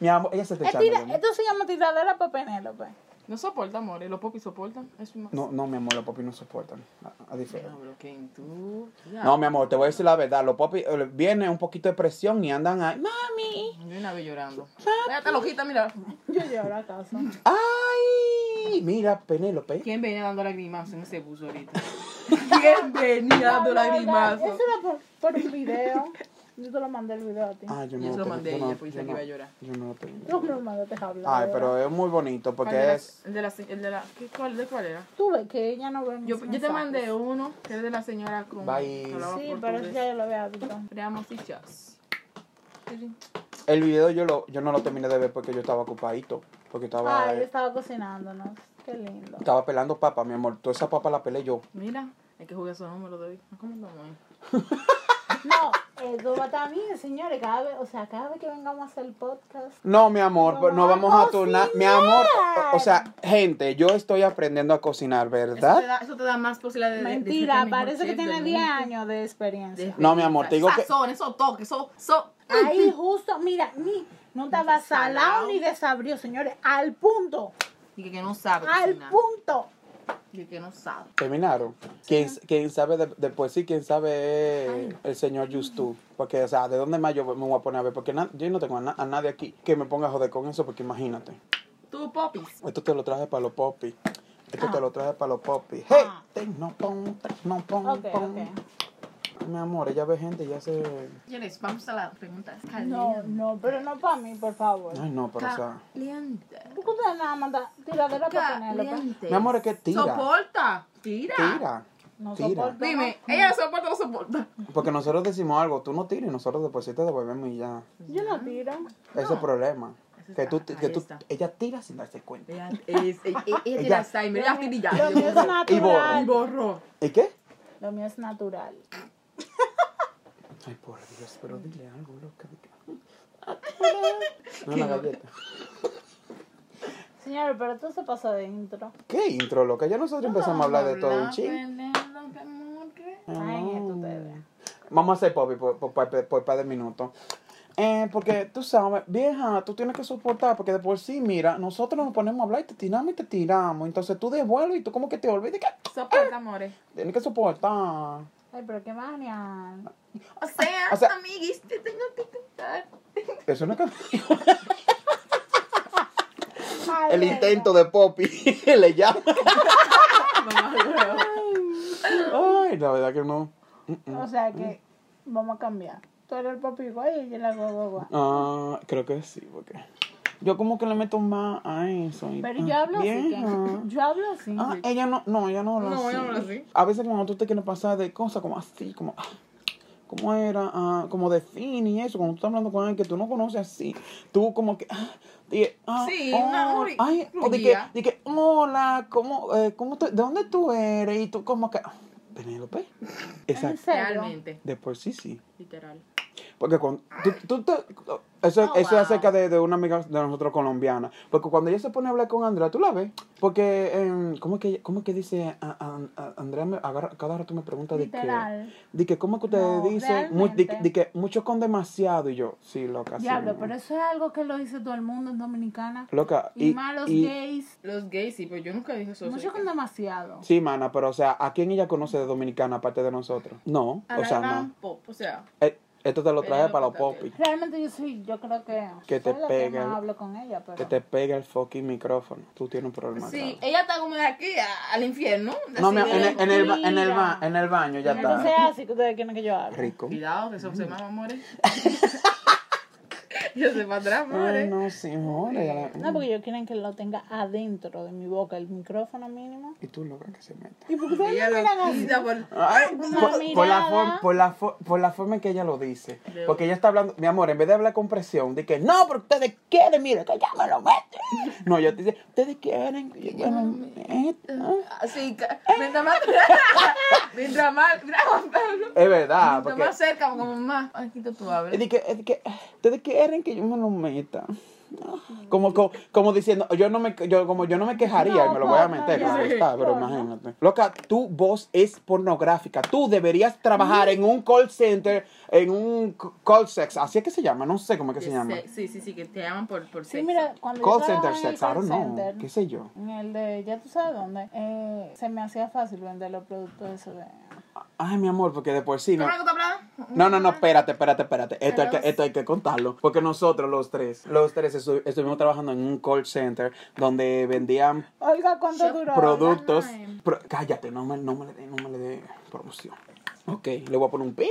B: Mi amor, ella se está
C: Es
B: echando.
C: tira-
B: ¿no?
C: Esto se llama tiradera para Penélope.
A: No soporta, amor, ¿eh? los popis soportan. Es una...
B: No, no, mi amor, los popis no soportan. A, a diferencia.
A: No, bro, que en tu...
B: No, mi amor, te voy a decir la verdad. Los popis eh, viene un poquito de presión y andan ahí. ¡Mami!
A: Yo una vez llorando. Mira, está lojita, mira.
C: Yo
B: <laughs>
C: lloro acaso.
B: ¡Ay! Mira, Penélope.
A: ¿Quién venía dando lagrimazo en ese bus ahorita? <laughs> ¿Quién venía dando
C: Eso
A: lagrimazo?
C: era por, por un video. Yo te lo mandé el video a ti.
B: Ah, yo
A: Y
B: no
A: eso lo
B: tengo-
A: mandé
B: yo
A: a
B: no-
A: ella, pues
B: yo
A: dice que
B: no-
A: iba a llorar.
B: Yo no lo tengo.
C: Tú me lo mandaste a hablar.
B: Ay, pero
C: ¿verdad?
B: es muy
A: ¿Cuál
B: bonito
A: de
B: porque
A: la-
B: es.
A: El de la... El de la... ¿qué- cuál- ¿De cuál era?
C: Tú ves que ella no ve mis
A: Yo, yo te
C: mensajes.
A: mandé uno que es de la señora con.
B: Bye.
A: que hablaba
C: Sí, pero eso
A: portugués.
C: ya yo lo había visto.
A: Creamos fichas.
B: El video yo, lo, yo no lo terminé de ver porque yo estaba ocupadito. Porque estaba,
C: Ay,
B: eh,
C: Ah, yo estaba cocinándonos. Qué lindo.
B: estaba pelando papa, mi amor. Toda esa papa la pelé yo.
A: Mira, hay que jugar esos números de hoy. ¿Cómo estamos ahí?
C: No, eso va también, señores. Cada vez, o sea, cada vez que vengamos a hacer el podcast.
B: No, mi amor, pues no vamos a
C: ¡Vamos a
B: turnar. Mi
C: cocinar!
B: amor, o, o sea, gente, yo estoy aprendiendo a cocinar,
A: Eso te,
B: ¿verdad?
A: da, eso te da más posibilidades de- de. de ser el
C: Mentira,
A: mejor
C: parece que
A: chef
C: tiene
A: del
C: 10
A: mundo.
C: años de
A: De-
C: experiencia.
B: No, mi amor, te digo que-
A: Sazón, eso toque, eso. eso
C: Ahí justo, mira, ni, no estaba salado ni desabrido, señores. Al punto,
A: y que, que no sabe.
C: al
A: cocinar.
C: punto.
A: Y que, que no sabe.
B: Terminaron. Quien, quien sabe de, de poesía, quien sabe eh, el señor Justu. Porque, o sea, ¿de dónde más yo me voy a poner a ver? Porque na- yo no tengo a, na- a nadie aquí que me ponga a joder con eso, porque imagínate.
A: Tú, Popis.
B: Esto te lo traje para los popis. Esto te lo traje para los popis.
C: Ah.
B: Hey, no pon, no pon,
C: Ok,
B: pon.
C: ok.
B: Mi amor, ella ve gente y ya se...
A: Señores, vamos a la pregunta.
C: No,
A: Caliente.
C: no, pero no para mí, por favor.
B: Ay, no, pero o sea...
A: Caliente.
C: ¿Por qué ustedes nada mandan tiradera para Penélope?
A: Caliente.
B: Mi amor, es que tira.
A: Soporta. Tira.
B: Tira.
C: No
B: Tira.
C: soporto.
A: Dime, ella soporta o no soporta.
B: Porque nosotros decimos algo, tú no tiras y nosotros después sí te devolvemos y ya.
C: Yo no tiro.
B: Ese es el problema.
A: Eso
B: Que
A: está-
B: tú, que
A: ahí
B: tú,
A: está.
B: ella tira sin darse cuenta.
A: Ella es, ella, ella tiene
B: Ella-
A: Alzheimer, ella tiene ya.
C: Lo mío
B: Y
C: es
B: borra.
A: Y
C: natural.
A: borró.
B: ¿Y qué?
C: Lo mío es natural.
B: Ay, por Dios, pero dile algo, loca. Una galleta.
C: Señores, pero tú se pasó de intro.
B: ¿Qué intro, loca? Ya nosotros empezamos a hablar de todo un ching.
C: Ay, esto ustedes.
B: Vamos a hacer popi por, por, por- por par de minutos. Eh, porque tú sabes, vieja, tú tienes que soportar, porque de por sí, mira, nosotros nos ponemos a hablar y te tiramos y te tiramos. Entonces tú devuelves y tú como que te olvidas que
A: Soporta, amores.
B: tienes que soportar.
C: Ay, pero qué manial.
A: O sea,
B: O sea-
A: amiguis, te tengo que <laughs> contar.
B: Eso no es can-
C: Ay,
B: <laughs> El
C: de
B: intento de Poppy <laughs> le llama. Ay, la verdad que no.
C: verdad. O sea que vamos a cambiar. Tú eres el papi guay y yo la guagua guagua.
B: Ah, creo que sí, porque yo como que le meto más a eso. y-
C: Pero yo hablo así.
B: Vieja.
C: que- Yo hablo así.
B: Ah, ella no, no, ella no habla
A: No,
B: así.
A: ella no habla así.
B: A veces cuando tú te quieres pasar de cosas como así, como, ah, como era, ah, como de fin y eso, cuando tú estás hablando con alguien que tú no conoces así, tú como que, ah, di- ah,
A: Sí,
B: oh,
A: una hora y-
B: ay, o de que,
A: fluía.
B: de que, hola, ¿cómo, eh, cómo tú- ¿de dónde tú eres? Y tú como que, ah,
C: <laughs>
B: Penélope.
C: En
B: Exacto.
C: serio.
A: Realmente,
B: De por sí, sí.
A: literal.
B: Porque cuando, tú, tú te- eso,
A: Oh,
B: eso
A: wow.
B: es acerca de, de una amiga de nosotros colombiana. Porque cuando ella se pone a hablar con Andrea, tú la ves. Porque, em, ¿cómo, es que, ¿cómo es que dice a- a- a- Andrea? Me agarra, cada rato me pregunta de que,
C: Literal.
B: de que, ¿cómo es que ustedes
C: No,
B: dicen? Mu- de,
C: realmente.
B: de que mucho con demasiado. Y yo, sí, loca. sí,
C: Diablo,
B: no.
C: pero eso es algo que lo dice todo el mundo en Dominicana.
B: Loca,
C: Y,
B: y,
C: más los
B: y-
C: gays.
A: Los gays, sí, pero yo nunca dije eso.
C: Mucho con demasiado.
B: Sí, mana, pero o sea, ¿a quién ella conoce de dominicana aparte de nosotros? No, o sea, no.
A: Pop, o sea,
B: Eh, Esto te lo traje
A: Pero
B: para los
A: loca también.
B: popis.
C: Realmente yo sí, yo creo que.
B: Que te
C: soy la
B: pegue
C: Que
B: el-
C: más hablo con ella, pero.
B: Que te pega el fucking micrófono. Tú tienes un problema.
A: sí,
B: grave.
A: ella está como de aquí a- al infierno.
B: No,
A: Así
B: mi-
A: de
B: en, el,
A: lejos.
B: en, el, ba-
C: Mira.
B: en, el ba- en el baño ya
C: Entonces,
B: está. Mm.
C: así que ustedes quieren que yo hable.
B: Rico.
A: Cuidado, que eso se llama amores. <laughs> Yo sé para atrás,
B: Ay,
A: madre.
B: no, señores.
C: No, porque ellos quieren que lo tenga adentro de mi boca, el micrófono mínimo.
B: Y tú logra que se meta.
C: ¿Y por qué ustedes
A: Ella
C: no miran
A: lo
C: así?
A: quita por.
B: Ay,
C: Una
B: por, por la
C: mirada.
B: for- por, la for- por la forma en que ella lo dice.
A: Veo.
B: Porque ella está hablando, mi amor, en vez de hablar con presión, de que no, pero ustedes quieren, mire, que ya me lo meten. No, yo te dice, ustedes quieren, que yo me lo meta.
A: Así, ca- mientras más. <laughs> mientras más. Mira, Juan Pablo.
B: Es verdad,
A: Mientras
B: Ah, porque.
A: más cerca, como más. Aquí tú
B: Es
A: hablas.
B: de que, es de que, ustedes quieren que yo me lo meta. Como, como, como diciendo, yo no me, yo, como yo no me quejaría
C: No,
B: y me lo voy a
C: papá,
B: meter,
C: ya.
B: claro está, pero
C: Sí.
B: imagínate. Loca, tu voz es pornográfica. Tú deberías trabajar en un call center, en un c- call sex, así es que se llama, no sé cómo es que se llama.
A: Sí, sí, sí, que te llaman por, por
C: Sí,
A: sexo.
C: mira, cuando
B: Call
C: yo
B: center
C: trabajaba en el
B: sex, I
C: call
B: don't know,
C: center,
B: qué sé yo.
C: en el de, ya tú sabes dónde, eh, se me hacía fácil vender los productos esos de...
B: Ay, mi amor, porque después sí, no.
A: ¿Cómo que tú hablas?
B: No, no, no, espérate, espérate, espérate. Esto hay, que, esto hay que contarlo. Porque nosotros los tres, los tres estu- estuvimos trabajando en un call center donde vendían
C: Olga, ¿cuánto duró?
B: productos.
A: online.
B: pro- cállate, no me, no me le dé, no me le dé promoción. Ok, le voy a poner un pi.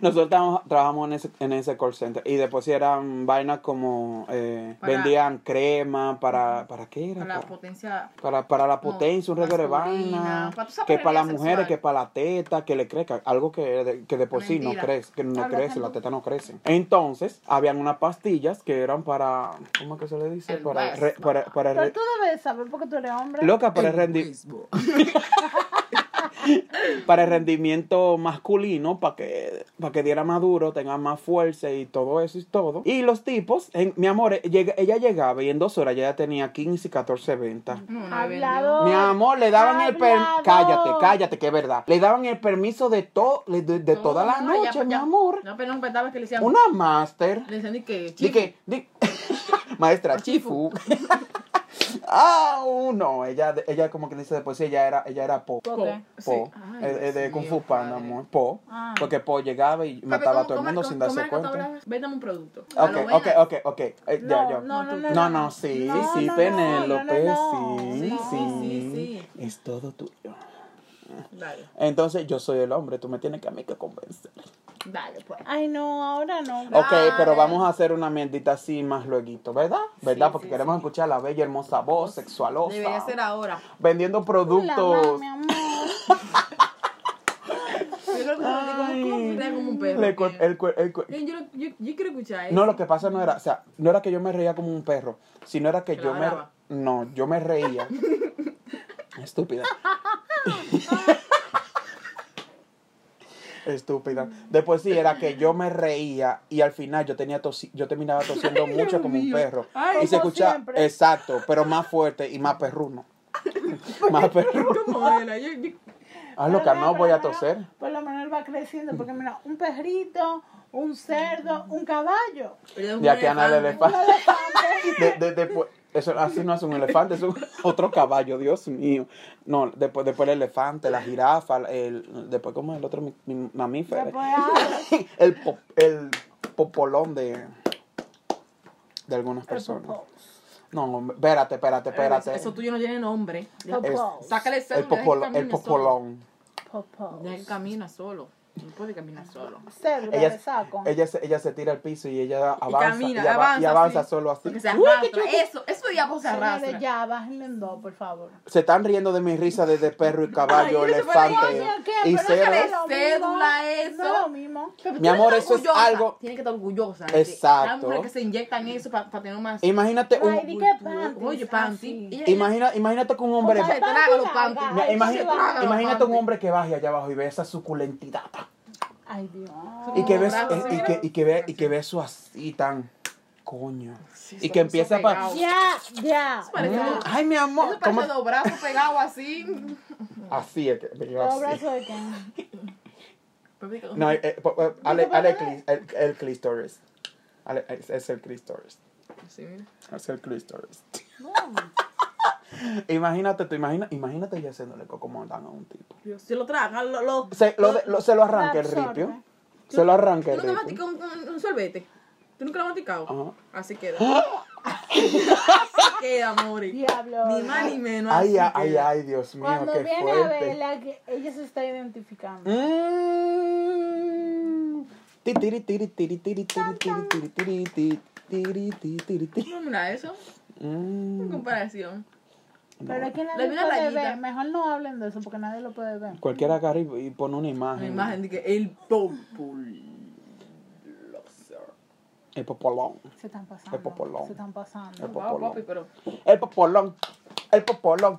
B: Nosotros trabajamos- trabajamos en ese, en ese call center y después sí eran vainas como eh,
A: Para-
B: vendían crema para para qué era
A: Con la
B: para
A: potencia.
B: para, para la potencia, un
A: No,
B: regalo de
A: masculina,
B: vaina,
A: para tus
B: que para las
A: apariencias
B: mujeres,
A: sexuales.
B: que para la teta, que le crezca, algo que de, que de por sí no
A: Mentira.
B: crece, que no
C: Habla
B: crece,
C: tanto.
B: la teta no crece. Entonces, habían unas pastillas que eran para, ¿cómo es que se le dice?
A: El
B: Para,
A: West,
B: re- para, para
C: Pero
B: re-
C: tú debes saber porque tú eres hombre.
B: loca, para el, rendi- <laughs> para el rendimiento masculino, para que, para que diera más duro, tenga más fuerza y todo eso y todo. Y los tipos, en- mi amor, eh, llega- ella llegaba y en dos horas ya tenía 15 y 14 ventas.
A: No, no,
C: Hablado.
B: Mi amor, le daban el
C: Hablador.
B: permiso. Cállate, cállate, que es verdad. Le daban el permiso de, to de, de
A: No,
B: toda la
A: no, ya-
B: noche, mi
A: ya-
B: amor.
A: No, pero no pensaba que le decían.
B: Una master.
A: Le decían ni que.
B: Di que, di- <laughs> maestra Chifu. <laughs> Ah, no, ella, ella como que dice después, sí, ella era, ella era po.
C: ¿Por
A: Po.
C: qué?
B: Po,
A: Sí. Ay,
B: eh, eh, de
A: Dios
B: Kung Fu
A: mío,
B: Panda,
A: padre.
B: amor. Po,
C: Ah.
B: porque Po llegaba y
A: Papi,
B: mataba a
A: ¿cómo-
B: todo el
A: cómo-
B: mundo
A: cómo-
B: sin
A: cómo
B: darse
A: era que tú
B: cuenta.
A: hablabas? Véndame un producto. A
B: Ok,
A: lo buena.
B: ok, ok, ok. eh, ya, ya.
C: No, no, no,
B: No, no, sí,
C: No,
B: sí,
C: no, no,
B: Penélope,
C: no, no, no.
B: sí,
A: Sí,
B: sí,
A: sí, sí.
B: Es todo tuyo.
A: Dale,
B: Entonces yo soy el hombre, tú me tienes que a mí que convencer.
A: dale, pues.
C: Ay, no, ahora no.
B: Ok,
A: Dale.
B: pero vamos a hacer una mierdita así más luego, ¿verdad? ¿Verdad? Porque
A: sí,
B: queremos
A: sí.
B: escuchar la bella, hermosa voz sexualosa.
A: Debería ser ahora.
B: Vendiendo
C: La mamá,
B: productos.
C: mi amor.
A: Yo creo que uno digo,
B: Ay.
A: ¿cómo se como un perro?
B: Le cor- el cuer- el cuer-
A: Yo, yo, yo, yo quiero escuchar eso.
B: No, lo que pasa no era, o sea, no era que yo me reía como un perro, sino era que
A: Que
B: yo me...
A: ladraba.
B: No, yo me reía. Estúpida. Estúpida. Después sí, era que yo me reía y al final yo tenía tosi- yo terminaba tosiendo mucho como un perro.
A: Ay,
B: y se
C: como
B: escuchaba,
C: siempre.
B: exacto, pero más fuerte y más perruno.
A: <laughs>
B: más perruno.
A: ¿Cómo era? Yo, yo,
B: Ah, loca,
C: Pero
B: no
C: mira,
B: voy a
C: por lo
B: toser.
C: menos- Por lo menos va creciendo, porque mira, un perrito, un cerdo, un caballo.
A: yo
B: De aquí a nada el
C: un
B: elefante.
C: elefante.
B: <laughs> De- de- después- eso así no es un elefante, es un- <laughs> otro caballo, Dios mío. No, después, después el elefante, la jirafa, el, después como el otro mi- mi- mamífero.
C: Después, ah,
B: <laughs> El, pop- el popolón de, de algunas
C: el
B: personas.
C: popó.
B: No, espérate,
A: Espérate.
B: espérate, espérate.
A: Eso tuyo no tiene nombre. Ya.
C: Popó.
B: Es-
A: Sácale el
B: el,
A: cédula, deja que
B: popolo- el
A: camine solo.
B: popolón.
C: Popó.
A: Deja que camina solo. No puede caminar solo.
C: Cédula
B: Ella,
C: de saco.
B: ella, se- ella se tira al piso y ella
A: Y
B: avanza. Y,
A: camina,
B: ava- y
A: avanza,
B: avanza
A: sí.
B: solo así.
A: Porque se
B: Uy, qué
A: arrastra.
B: chulo.
A: Eso, eso de diablo se
C: Señores,
A: arrastra.
C: ya, bájenle en dos, por favor.
B: Se están riendo de mi risa desde perro y caballo,
A: Ay, no se puede
B: elefante
C: Coño, ¿qué?
B: y
C: Pero no
B: cerdo.
C: es lo
A: Cédula,
C: mismo.
A: eso.
C: No es lo mismo.
A: Pero tú
B: Mi amor,
A: eres
B: eso es
A: orgullosa.
B: algo-
A: Tienes que estar orgullosa.
B: Exacto.
A: Hay mujeres que se inyectan eso para tener más.
B: Imagínate un,
C: Ay, di que panties, Ah,
A: Oye, panty.
C: así.
A: Ella- ella-
B: imagina, imagínate que un hombre
A: Se
C: Ay,
B: va-
A: traga los
C: Panty
A: panties.
C: larga.
B: ima-
C: ay,
B: imagina-
C: se traga
A: los
B: imagínate un
A: panties.
B: hombre que baje allá abajo y ve esa suculentidad
C: Ay, Dios.
B: y que ve
A: Oh, bravo,
B: y que y que ve y que ve eso así tan coño y que empieza
A: eso
B: para
A: pegado.
C: Ya, ya.
A: parece
C: ya.
A: un-
B: ay mi amor
A: Eso
B: ¿cómo?
A: parece dos brazos pegados así.
B: así es que yo
C: Los
B: así.
C: brazos de Ken.
B: no eh, eh, po- eh, ale, ale cli- el el clitoris Ale- es, es el clitoris
A: Sí, mira.
B: es el clitoris
C: No.
B: <laughs> imagínate tú imagina imagínate ella haciéndole coco dan a un tipo
A: Dios, se lo traga, lo, lo,
B: se lo, de- lo- se lo arranca el
C: Absorbe.
B: ripio se lo arranca
A: ¿Tú
B: el
A: nunca
B: ripio
A: masticas un, un, un sorbete? ¿Tú nunca lo has masticado?
B: Ajá.
A: Así
B: <gasps>
A: queda. así queda, amor. Ni
C: Diablo.
A: más ni menos.
B: Ay,
A: así
B: ay, ay,
A: queda.
B: ay, Dios mío,
C: Cuando
B: qué
C: viene a
B: fuerte.
C: verla, que ella se está identificando.
B: Mm, Ti, tiri, tiri, tiri, tiri, tiri, tiri, tiri, tiri, ti, tiri, ti, tiri, ti.
A: No, mira eso. En
B: Mm,
A: comparación.
C: Pero es que
A: Le
C: nadie
A: vi una
C: puede
A: rayita.
C: ver. Mejor no hablen de eso porque nadie lo puede ver.
B: Cualquiera agarra y, y pone una imagen.
A: Una imagen de que el populoso.
B: El popolón.
C: Se están pasando.
B: Es popolón.
C: Se están pasando.
B: Es
A: Wow,
B: Popolón.
A: papi, pero.
B: El popolón. El popolón.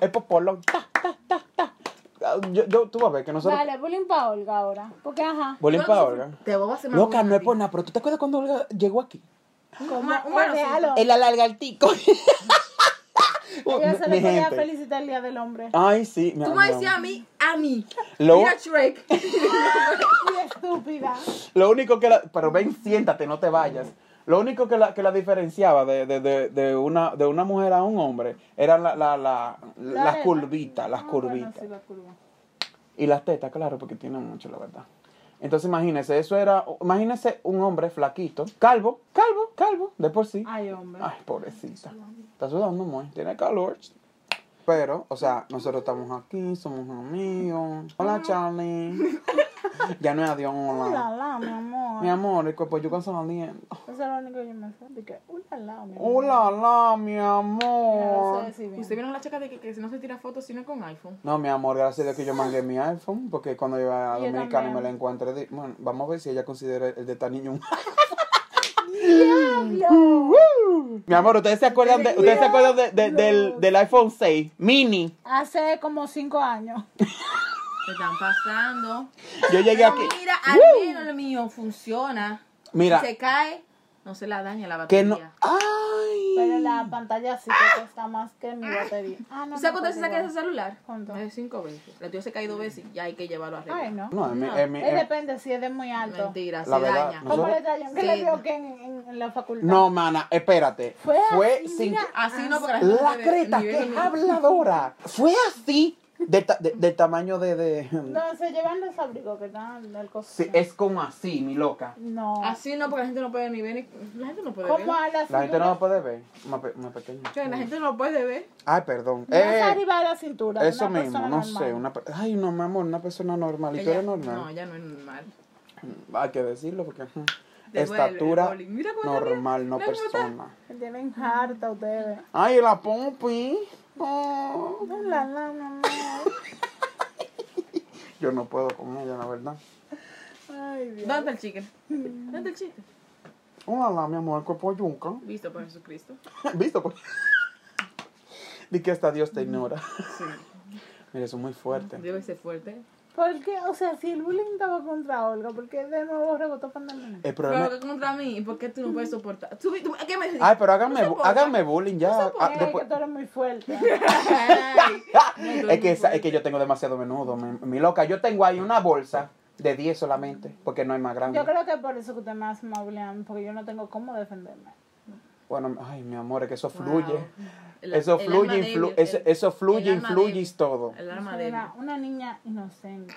B: El popolón. Ta, ta, ta, ta. Ah, Yo, yo, tú vas a ver que nosotros.
C: Dale, bullying pa' Olga ahora. Porque ajá.
B: Bolín
A: Bueno,
B: para
A: sí,
B: Olga.
A: Te voy a hacer más
B: eh? Loca,
A: bullying
B: no
A: a
B: es
A: ti.
B: por nada, pero tú te acuerdas cuando Olga llegó aquí.
A: Como
C: Ma-
A: un
C: ma- déjalo.
A: marocito.
B: El <laughs> alargaltico.
C: Yo se
B: Mi
C: le podía
B: gente.
C: felicitar el Día del Hombre.
B: Ay, sí, mi
A: Tú
B: amor.
A: me decías a mí, a mí.
B: Lo-
A: Mira Shrek.
B: Ah.
C: Y estúpida.
B: Lo único que la. Pero ven, siéntate, no te vayas. Lo único que la, que la diferenciaba de, de, de, de una, de una mujer a un hombre eran la, la, la,
C: La
B: las
C: arena.
B: curvitas, las
C: Ah,
B: curvitas.
C: bueno, sí, las curvas.
B: Y las tetas, claro, porque tienen mucho, la verdad. Entonces imagínese, eso era, imagínese un hombre flaquito, calvo, calvo, calvo, de por sí.
C: Ay, hombre.
B: Ay, pobrecita. Está sudando, muy, tiene calor. Pero, o sea, nosotros estamos aquí, somos amigos.
C: Ah.
B: Hola,
C: <laughs>
B: Charlie. ya no es adiós, hola.
C: Ulala, mi amor.
B: Mi amor, el cuerpo yo saliendo.
C: Eso es lo único que yo me sé. De que, ulala, mi amor.
B: Hola, la, mi
C: No lo
B: amor.
C: sé decir bien.
A: Usted vieron la chaca de que, que no se tira fotos sino con iPhone.
B: No, mi amor, gracias a Dios que yo mangué mi iPhone, porque cuando yo a
C: Yo
B: Dominicana y me
C: también.
B: la encuentre, di- bueno, vamos a ver si ella considera el de esta niña un... <laughs> mi amor, ¿ustedes se acuerdan, de, ¿ustedes se acuerdan de- de- del, del iPhone 6 mini?
C: Hace como cinco años.
A: Se están pasando.
B: Yo llegué
A: Pero
B: aquí,
A: Mira, al menos el mío funciona.
B: mira,
A: Si se cae, no se la daña la batería.
B: que no... ¡Ay!
C: Pero la pantalla sí que cuesta más que mi batería. Ah, no.
A: ¿Tú sabes
C: no,
A: cuánto se saca
C: igual.
A: ese celular?
C: ¿Cuánto?
A: Es cinco veces. La tuya se cae dos veces y ya hay que llevarlo arriba.
C: Ay, no.
B: No, en mi-
A: No,
B: en mi-
C: Eh,
B: en-
C: depende si es de muy alto.
A: Mentira,
B: La
A: se
B: verdad,
A: daña.
B: no.
C: ¿Cómo
B: Nosotros-
C: le trayó? ¿Qué
A: Sí.
C: le dio que en, en- en la facultad?
B: no, mana, espérate.
C: Fue
B: Fue,
C: así,
B: sin...
C: mira.
A: Así no, porque la gente
B: La
A: ve-
B: creta,
A: ni ve
B: que
A: ni-
B: habladora. Fue así, de ta- de- del tamaño de... de...
C: No, se llevan los abrigos que están del
B: Sí,
C: cosito.
B: es como así, mi loca.
C: No.
A: Así no, porque la gente no puede ni ver. ni- La gente no puede ver.
C: Como a la
B: La gente
C: cintura.
B: no lo puede ver. Más, pe- más pequeño.
A: O sea, La gente no puede ver.
B: Ay, perdón.
C: No
B: Eh,
C: es arriba de la cintura.
B: eso
C: una
B: mismo,
C: persona
B: no
C: normal.
B: sé. Una, per- ay, no, mi amor, una persona normal. ¿Y tú
A: Ella-
B: eres
A: No,
B: normal?
A: ya no es normal.
B: Hay que decirlo porque. ujú,
A: Te duele el
B: Estatura
A: boli. Mira cómo te
B: normal, no
A: Mira cómo está.
B: persona.
C: Tienen harta ustedes.
B: Ay, la pompi. Oh.
C: No, la, la, no, no.
B: Yo no puedo con ella, la verdad.
C: Ay, Dios.
A: ¿Dónde está el chicken? ¿Dónde está el chicken?
B: Hola, mi amor, el cuerpo yunca.
A: Visto por Jesucristo.
B: <laughs> ¿Visto? Pues? <laughs> Di que hasta Dios te ignora.
A: Sí.
B: Mira, eso es muy fuerte.
A: Debe ser fuerte.
C: ¿Por qué? O sea, si el bullying estaba contra Olga, ¿por qué de nuevo rebotó Pandalina?
B: El
A: Pero
B: problema.
A: que contra mí, ¿por qué tú no puedes soportar? ¿Tú, tú, ¿Qué me dices?
B: Ay, pero háganme,
A: No
B: bu-
A: soporta.
B: háganme bullying ya. Ah,
C: Ay,
B: después-
C: Eh, que tú eres muy fuerte.
B: <laughs>
A: Ay, me duele
B: Ah, es, que esa-
A: mucho.
B: es que yo tengo demasiado menudo, mi, mi loca. Yo tengo ahí una bolsa de 10 solamente, porque no hay más grande.
C: Yo creo que por eso que usted me hace más bullying, porque yo no tengo cómo defenderme.
B: Bueno, ay, mi amor, es que eso
A: Wow.
B: fluye.
A: El-
B: eso,
A: el
B: fluye
A: alma
B: influ-
A: débil,
B: eso,
A: el-
B: eso fluye,
A: el alma
B: influye
A: débil.
B: todo.
A: El
C: Yo
A: arma
C: soy
A: de
C: una, una niña inocente.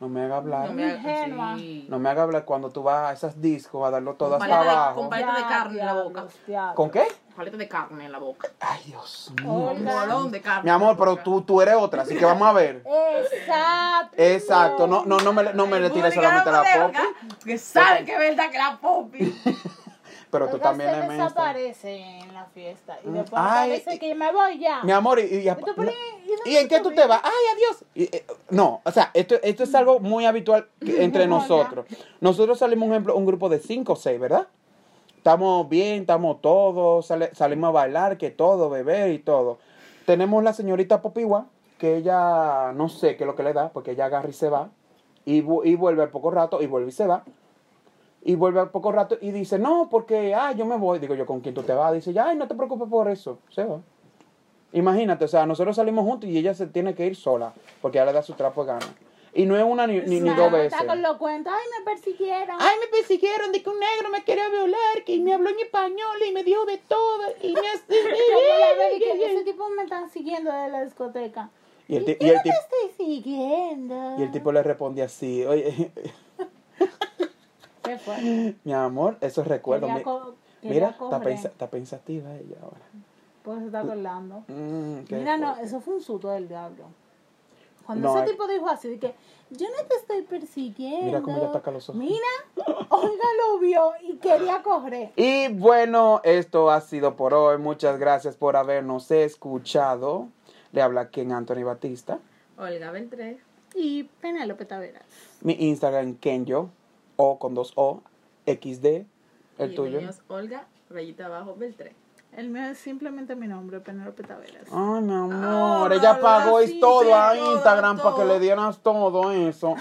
B: No me haga hablar.
A: No me hagas
C: Ingenua.
A: sí.
B: No me haga hablar cuando tú vas a esas discos a darlo todas
A: Con
B: para
A: paleta de-
B: abajo.
A: con paleta de
C: Ya,
A: carne en la boca.
C: diablos, diablos.
B: ¿Con qué?
A: Paleta de carne en la boca.
B: Ay, Dios mío.
A: Un
C: Olga.
A: bolón de carne.
B: Mi amor,
A: en la
B: pero
A: boca.
B: tú, tú eres otra, así que vamos a ver.
C: Exacto.
B: Eh, Exacto, no, no, no me, le- no me le tires
A: Vulgar
B: solamente a la
A: de
B: pop,
A: Olga, Que sabe que es verdad que la popi.
B: pero tú
C: Olga
B: también
C: se
B: eres menstra.
C: desaparece en la fiesta. Y
B: Mm.
C: después
B: Ay,
C: parece
B: y-
C: que me voy ya.
B: Mi amor, y, y-
C: Y tú pones-
B: ¿Y en qué tú te vas? ¡Ay, adiós! Y, eh, no, o sea, esto, esto es algo muy habitual que- entre nosotros. Nosotros salimos, un ejemplo, un grupo de cinco o seis, ¿verdad? Estamos bien, estamos todos, sale- salimos a bailar, que todo, beber y todo. Tenemos la señorita Popiwa, que ella, no sé qué es lo que le da, porque ella agarra y se va, y, vu- y vuelve al poco rato, y vuelve y se va. Y vuelve al poco rato y dice, no, porque, ah, yo me voy. Digo yo, ¿con quién tú te vas? Dice, ya, ay, no te preocupes por eso. Se va. Imagínate, o sea, nosotros salimos juntos y ella se tiene que ir sola, porque ella le da su trapo de gana. Y no es una ni, ni, ni dos
C: Claro,
B: veces.
C: Está con los cuentos. Ay, me persiguieron.
B: Ay, me persiguieron de que un negro me quería violar, que me habló en español y me dijo de todo, y me
C: <laughs> Que yo la veo
B: <laughs>
C: y que ese tipo me están siguiendo de la discoteca.
B: Y el, ti- y
C: Yo
B: el
C: no te
B: ti-
C: estoy siguiendo.
B: y el tipo le responde así, oye, <laughs>
C: ¿Qué fue?
B: mi amor, esos recuerdos.
C: Quería
B: mi-
C: co- quería
B: Mira, está,
C: coger.
B: pensa- está pensativa ella ahora.
C: Pues se está acordando.
B: Mm, qué
C: Mira, no,
B: fuerte.
C: eso fue un susto del diablo. Cuando
B: No,
C: ese
B: es-
C: tipo dijo así, de que yo no te estoy persiguiendo.
B: Mira cómo le ataca los ojos.
C: Mira, Olga lo vio y quería correr.
B: Y bueno, esto ha sido por hoy. Muchas gracias por habernos escuchado. Le habla aquí en Anthony Batista.
A: <laughs> Olga Ventré.
C: Y Penélope Taveras.
B: Mi Instagram, Kenyo, O con dos O, XD, el
A: y
B: tuyo.
A: mío es Olga, rayita abajo, Beltré.
C: El mío es simplemente mi nombre, Penélope Taveras.
B: Ay, mi amor,
A: Ah,
B: ella pagó
A: ahora sí,
B: es todo a
A: todo,
B: Instagram para que
A: todo.
B: le dieras todo eso.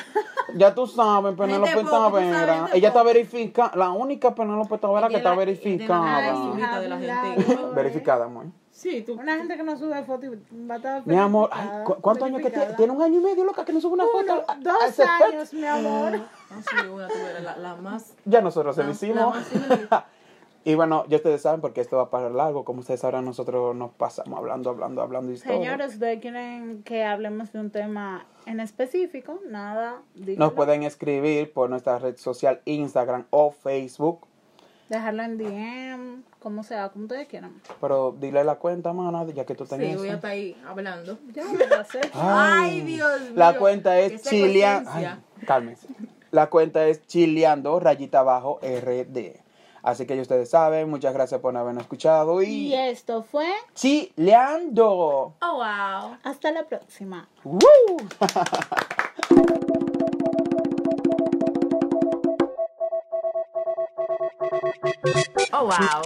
B: Ya tú sabes, Penélope
A: pobre, tú sabes,
B: Tavera.
A: gente
B: Ella está
A: pobre.
B: verificada, la única Penélope Tavera que
A: de
B: está
A: la- de la-
B: verificada.
A: Ay, de la gente.
C: habladores.
B: Verificada, amor.
A: Sí, tú.
C: Una gente que no sube fotos y va a estar
B: Mi amor, ay,
C: verificada,
B: ¿cu- ¿cuántos años que tiene?
C: verificada.
B: Tiene un año y medio, loca, que no sube una
C: Uno,
B: foto. A- a
C: dos
B: ese efecto. Mm,
C: años, mi amor.
A: No, Ah, sí, una, tú eres la, la más.
B: Ya nosotros se lo
A: la-
B: hicimos.
A: la más similar.
B: <laughs> Y bueno, ya ustedes saben porque esto va para largo. Como ustedes sabrán, nosotros nos pasamos hablando, hablando, hablando y todo.
C: Señores, ustedes quieren que hablemos de un tema en específico, nada. díganlo.
B: Nos pueden escribir por nuestra red social Instagram o Facebook.
C: dejarlo en DM, como sea, como ustedes quieran.
B: Pero dile la cuenta, mana, ya que tú tenías.
A: Sí, voy a
B: eso.
A: estar ahí hablando.
C: Ya me lo sé.
A: Ay, Dios mío.
B: La cuenta es
A: Esa
B: chileando.
A: conciencia.
B: Cálmense. La cuenta es chileando rayita abajo RD. Así que ya ustedes saben, muchas gracias por habernos escuchado y
C: Y esto fue.
B: chileando.
A: Oh, wow.
C: Hasta la próxima.
B: ¡Woo!
A: Oh, wow.